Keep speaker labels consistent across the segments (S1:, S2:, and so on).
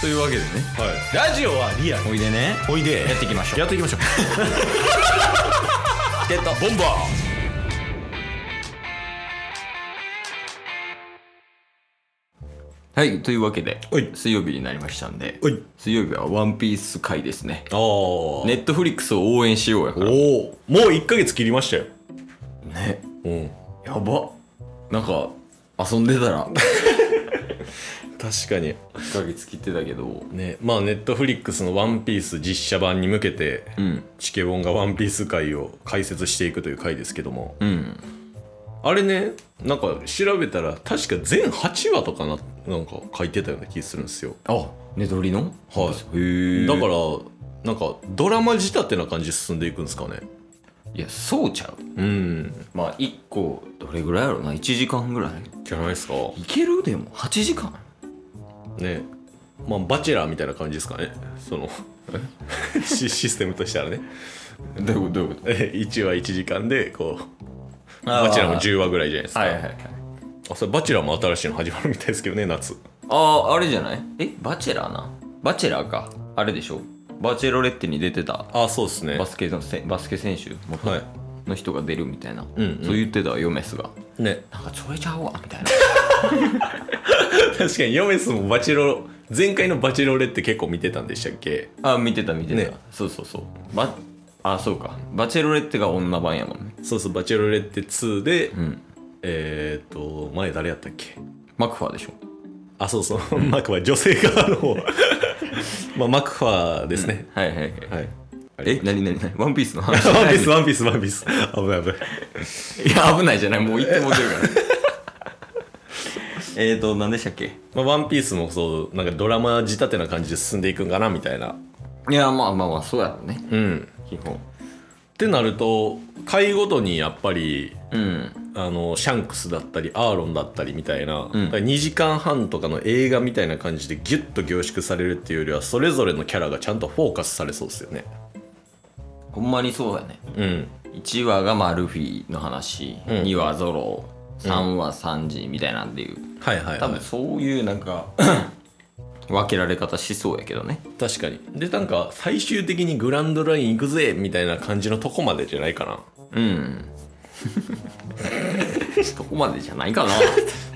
S1: というわけでね
S2: ラジオはリアル
S1: おいでね
S2: おいで
S1: やっていきましょう
S2: やっていきましょう
S1: ゲットボンバーはいというわけで
S2: おい
S1: 水曜日になりましたんで
S2: おい
S1: 水曜日はワンピース会ですね
S2: ああ、
S1: ネットフリックスを応援しようやから
S2: おおもう1ヶ月切りましたよ
S1: ね
S2: うん
S1: やばなんか遊んでたら
S2: 確かに
S1: 1ヶ月切ってたけど
S2: ねまあネットフリックスの「ワンピース実写版に向けて
S1: うん
S2: チケボンが「ワンピース会を解説していくという回ですけども
S1: うん
S2: あれねなんか調べたら確か全8話とかななんか書いてたような気するんですよ
S1: あネトリの
S2: はい
S1: へえ
S2: だからなんかドラマ仕立てな感じで進んでいくんですかね
S1: いやそうちゃう
S2: うん
S1: まあ1個どれぐらいやろうな1時間ぐらい
S2: じゃないですか
S1: いけるでも8時間
S2: ねまあバチェラーみたいな感じですかねそのシシステムとしたらね
S1: どういうことどういうこ
S2: え1話1時間でこう
S1: あー
S2: バチェラーも10話ぐらいじゃないですか、
S1: はいはいはい
S2: あそれバチェラーも新しいの始まるみたいですけどね夏
S1: あああれじゃないえバチェラーなバチェラーかあれでしょバチェロレッテに出てた
S2: あそうですね
S1: バスケのせバスケ選手元
S2: は
S1: の人が出るみたいな、
S2: んうん
S1: そう言ってたわヨメスが
S2: いね
S1: なんかそれちゃうわみたいな
S2: 確かにヨメスもバチェロ前回のバチェロレって結構見てたんでしたっけ
S1: あ見てた見てた、
S2: ね
S1: そうそうそうバあそうかバチェロレッテが女版やもんね
S2: そうそうバチェロレって2で、
S1: うん
S2: えっ、と前誰やったっけ
S1: マクファーでしょ
S2: あそうそう マクファー女性側の方まあマクファーですね、
S1: はいはいはい
S2: はい
S1: え何何何 ワンピースの話
S2: ワンピースワンピースワンピース危 ない危ない
S1: いや危ないじゃないもう言ってもうてるから えーと何でしたっけ
S2: まあ、ワンピースもそうなんかドラマ仕立てな感じで進んでいくんかなみたいない
S1: やまあまあまあそうやろうね
S2: うん
S1: 基本
S2: ってなると回ごとにやっぱり
S1: うん
S2: あのシャンクスだったりアーロンだったりみたい
S1: ん
S2: な、だから2時間半とかの映画みたいな感じでギュッと凝縮されるっていうよりはそれぞれのキャラがちゃんとフォーカスされそうですよね
S1: ほんまにそうやね
S2: うん
S1: 1話がまあルフィの話、
S2: うん
S1: 2話ゾロ3話サンジみたいなんでいう、
S2: はいはい、
S1: 多
S2: は
S1: 分
S2: い、
S1: そういうなんか 分けられ方しそうやけどね
S2: 確かにでなんか最終的にグランドライン行くぜみたいな感じのとこまでじゃないか
S1: う
S2: な
S1: ん そこまでじゃないかな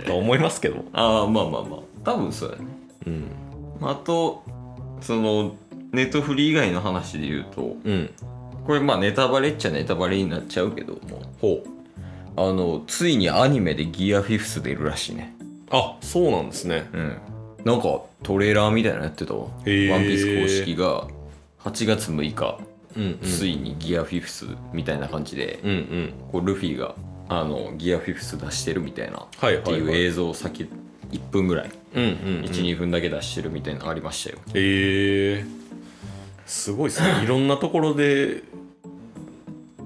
S2: と思いますけど
S1: ああまあまあまあ多分そうやね
S2: うん
S1: あとそのネットフリ以外の話で言うと
S2: うん
S1: これまあネタバレっちゃネタバレになっちゃうけども
S2: ほう
S1: あのついにアニメでギアフィフス出るらしいね
S2: あそうなんですね
S1: うんなんかトレーラーみたいなのやってたわワンピ
S2: へー
S1: ース公式が8月6日
S2: うんうん
S1: ついにギアフィフスみたいな感じで、
S2: うんうん
S1: こうルフィがあのギアフィフス出してるみたいな、
S2: はいはいはい
S1: っていう映像を先1分ぐらい
S2: うんうん、うん、
S1: 12分だけ出してるみたいなのありましたよ
S2: ええすごいです ねいろんなところで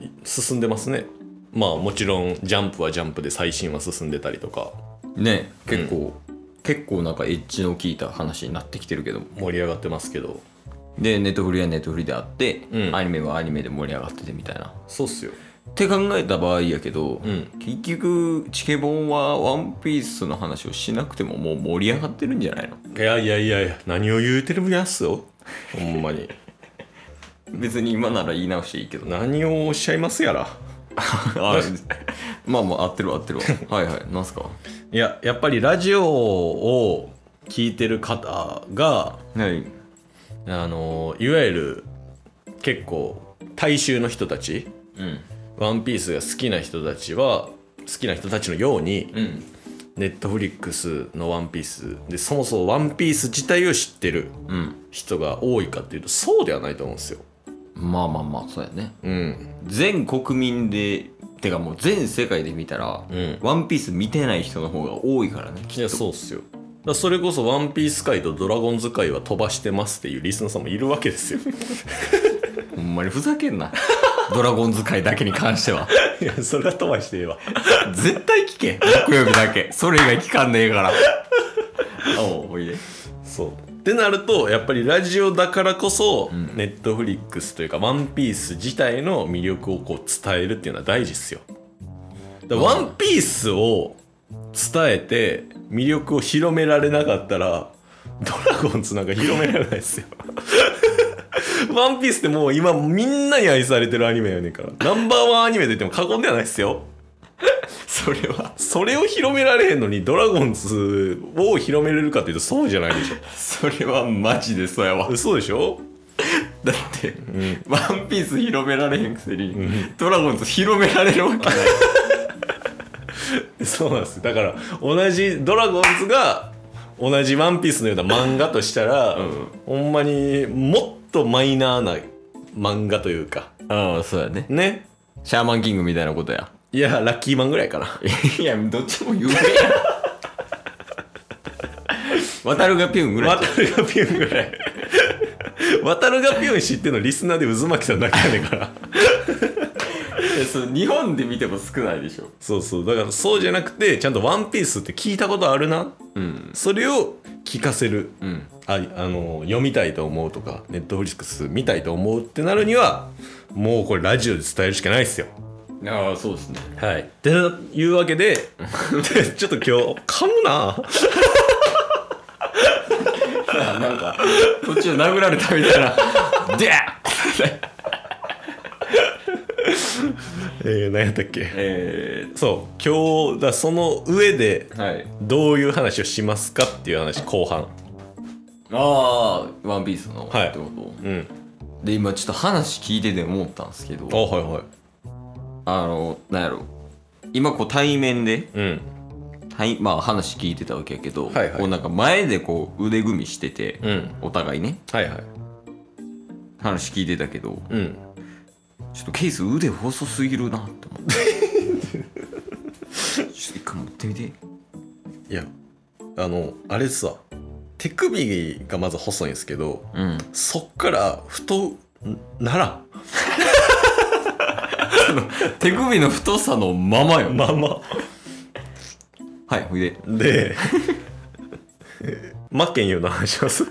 S2: い進んでますねまあもちろんジャンプはジャンプで最新は進んでたりとか
S1: ね結構、結構なんかエッジの効いた話になってきてるけども
S2: 盛り上がってますけど
S1: でネットフリはネットフリであって、
S2: うん
S1: アニメはアニメで盛り上がっててみたいなっ
S2: そうっすよ
S1: て考えた場合やけど、
S2: うん
S1: 結局チケボンは「ワンピースの話をしなくてももう盛り上がってるんじゃないの
S2: いやいやいやいや何を言うてるやっすよほん まに
S1: 別に今なら言い直していいけ どな
S2: 何をおっしゃいますやら
S1: あまあまあ合ってるわ合ってる わはいはいなんすか
S2: いややっぱりラジオを聞いてる方が
S1: はい
S2: あのいわゆる結構大衆の人たち
S1: うん
S2: ワンピースが好きな人たちは好きな人たちのように
S1: うん
S2: ネットフリックスのワンピースでそもそもワンピース自体を知ってる
S1: うん
S2: 人が多いかっていうとそうではないと思うんですよ。
S1: まあまあまあそうやね
S2: うん、
S1: 全国民でてかもう全世界で見たら「
S2: うん
S1: ワンピース見てない人の方が多いからね
S2: いやそうっすよ。だからそれこそ「ワンピース界と「ドラゴンズ界は飛ばしてますっていうリスナーさんもいるわけ ですよ。
S1: ほんまにふざけんなドラゴン使いだけに関してはい
S2: やそれは飛ばしてええわ。
S1: 絶対聞け木曜日だけそれ以外聞かんねえからおうおいで
S2: そうってなるとやっぱりラジオだからこそ、ネットフリックスというか「ワンピース自体の魅力をこう伝えるっていうのは大事っすよ。だからワンピースを伝えて魅力を広められなかったらドラゴンズなんか広められないですよ ワンピースってもう今みんなに愛されてるアニメやねんからナンバーワンアニメと言っても過言ではないですよ
S1: それは
S2: それを広められへんのにドラゴンズを広めれるかっていうとそうじゃないでし
S1: それはマジでそうやわ
S2: ょそうでしょ
S1: だって、
S2: ん
S1: ワンピース広められへんくせに、
S2: ん
S1: ドラゴンズ広められるわけない
S2: そうなんですだから同じドラゴンズが同じ「ワンピースのような漫画としたら、
S1: うん
S2: ほんまにもっとマイナーな漫画というか
S1: ああそうやね
S2: ね
S1: シャーマンキングみたいなこと や
S2: いやラッキーマンぐらいかない
S1: やどっちも有 名や渡るがピュンぐらい
S2: 渡
S1: じゃ
S2: るがピュンぐらい 渡るがピュン知ってんのリスナーで渦巻きさんだけやねんから
S1: んいやそう日本で見ても少ないでしょ
S2: そうそうだからそうじゃなくてちゃんと「ワンピースって聞いたことあるな
S1: うん
S2: それを聞かせる
S1: うん
S2: ああの読みたいと思うとかネットフリックス見たいと思うってなるにはもうこれラジオで伝えるしかないですよ
S1: ああそうですね
S2: はいというわけで でちょっと今日噛むな
S1: なんか途中殴られたみたい なで
S2: えー、何やったっけ
S1: え
S2: そう今日だその上で
S1: ー、はい
S2: どういう話をしますかっていう話後半
S1: ああワンピースの
S2: はい
S1: ってこと、
S2: うん
S1: で今ちょっと話聞いてて思ったんですけど
S2: あはいはい
S1: あのなんやろ今こう対面で
S2: うん
S1: 対まあ話聞いてたわけやけど、
S2: はいはい
S1: こうなんか前でこう腕組みしてて、
S2: うん
S1: お互いね
S2: はいはい
S1: 話聞いてたけど
S2: うん
S1: ちょっとケース腕細すぎるなって思って ちょっと一回持ってみて
S2: いやあのあれさ手首がまず細いんですけど
S1: うん
S2: そっから太んならん
S1: 手首の太さのままよ、
S2: まま
S1: はいほいで
S2: で マッケン言うの話します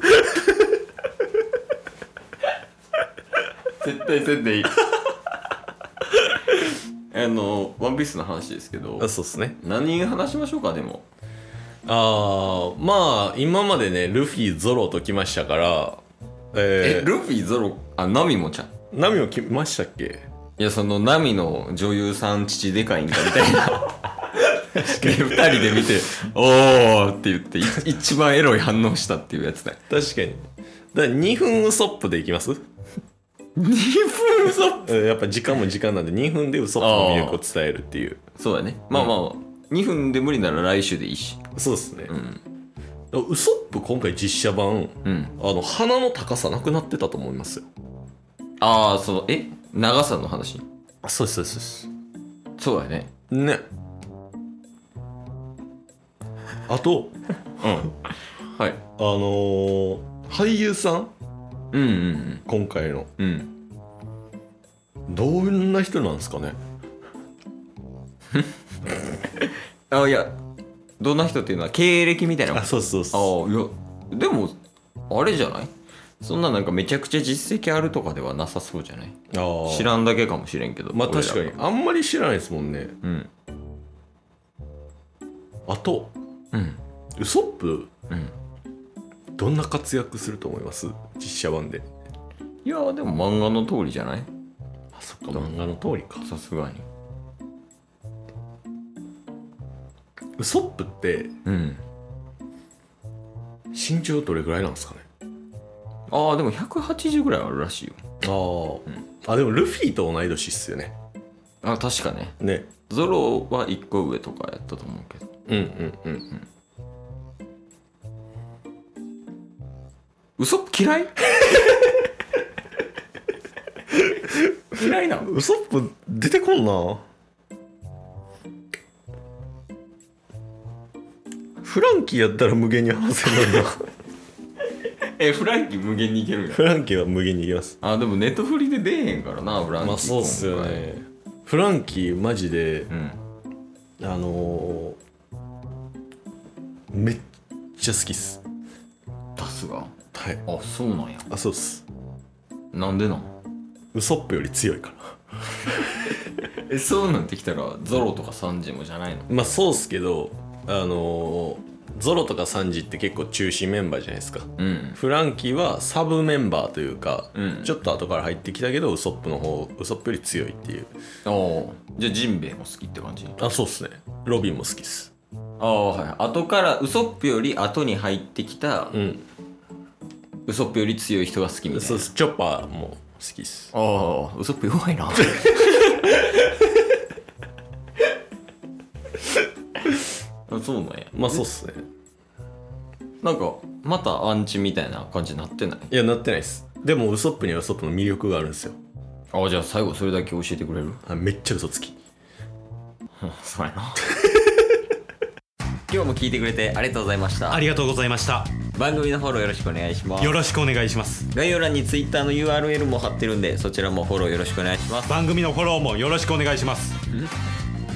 S1: 絶対せんでいい あの「ワンピースの話ですけど
S2: あそうっすね
S1: 何話しましょうかでも
S2: あーまあ今までねルフィゾロと来ましたから
S1: え
S2: えー、
S1: ルフィゾロあナミもちゃん
S2: ナミも来ましたっけ
S1: いやそのナミの女優さん父でかいんかみたいなで2人で見て「おー」って言ってい一番エロい反応したっていうやつだよ
S2: 確かにだから2分ウソップでいきます
S1: 2分 嘘
S2: うんやっぱ時間も時間なんで2分でウソップの魅力を伝えるっていう
S1: そうだねまあまあ、2分で無理なら来週でいいし
S2: そうですね、
S1: ん
S2: ウソップ今回実写版
S1: うん
S2: あの鼻の高さなくなってたと思いますよ
S1: ああそのえ長さの話
S2: あそうですそうです
S1: そうだね
S2: ねあと
S1: はい
S2: あのー俳優さん
S1: うんうん
S2: 今回の
S1: うんうん
S2: どんな人なんですかね
S1: あいやどんな人っていうのは経歴みたいなああ
S2: そうそう
S1: いやでもあれじゃないそんななんかめちゃくちゃ実績あるとかではなさそうじゃない
S2: あー
S1: 知らんだけかもしれんけど
S2: まあ
S1: 俺ら
S2: 確かにあんまり知らないですもんね
S1: うん
S2: あと
S1: うん
S2: ウソップ
S1: うん
S2: どんな活躍すると思います実写版で
S1: いやーでも漫画の通りじゃない
S2: あそっか漫画の通りか
S1: さすがに
S2: ウソップって
S1: うん
S2: 身長どれぐらいなんですかね
S1: ああでも180ぐらいあるらしいよ
S2: あー、あでもルフィと同い年っすよね
S1: あ確かね
S2: ね
S1: ゾロは1個上とかやったと思うけど
S2: うんうんうん
S1: ウソップ嫌 い嫌いなの
S2: ウソップ出てこんなフランキーやったら無限に話せる んだ
S1: えフランキー無限にいけるんや
S2: フランキーは無限にいきます
S1: あでもネットフリで出えへんからなフランキー
S2: まあそうっすよねフランキーマジで
S1: 今回
S2: あのー、めっちゃ好きっす
S1: うん出すが
S2: はい
S1: あそうなんや
S2: あそうっす
S1: なんでなん
S2: ウソップより強いから
S1: えそうなんてきたらゾロとかサンジもじゃないの
S2: まあそうっすけどあのーゾロとかサンジって結構中心メンバーじゃないですか
S1: うん
S2: フランキーはサブメンバーというか、
S1: うん
S2: ちょっと後から入ってきたけどウソップの方ウソップより強いっていう
S1: おおじゃあジンベエも好きって感じ
S2: あそうっすねロビンも好きっす
S1: ああはい後からウソップより後に入ってきた
S2: うん
S1: ウソップより強い人が好きみたい
S2: そうっ
S1: な
S2: すチョッパーも好きっす
S1: ああウソップ弱 いなあそうなんや
S2: まあそうっすね
S1: なんかまたアンチみたいな感じになってない
S2: いやなってないっすでもウソップにはウソップの魅力があるんですよ
S1: あじゃあ最後それだけ教えてくれる
S2: あめっちゃ嘘つき
S1: そうやな 今日も聞いてくれてありがとうございました
S3: ありがとうございました
S1: 番組のフォローよろしくお願いします
S3: よろしくお願いします
S1: 概要欄に Twitter の URL も貼ってるんでそちらもフォローよろしくお願いします
S3: 番組のフォローもよろしくお願いします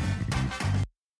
S3: す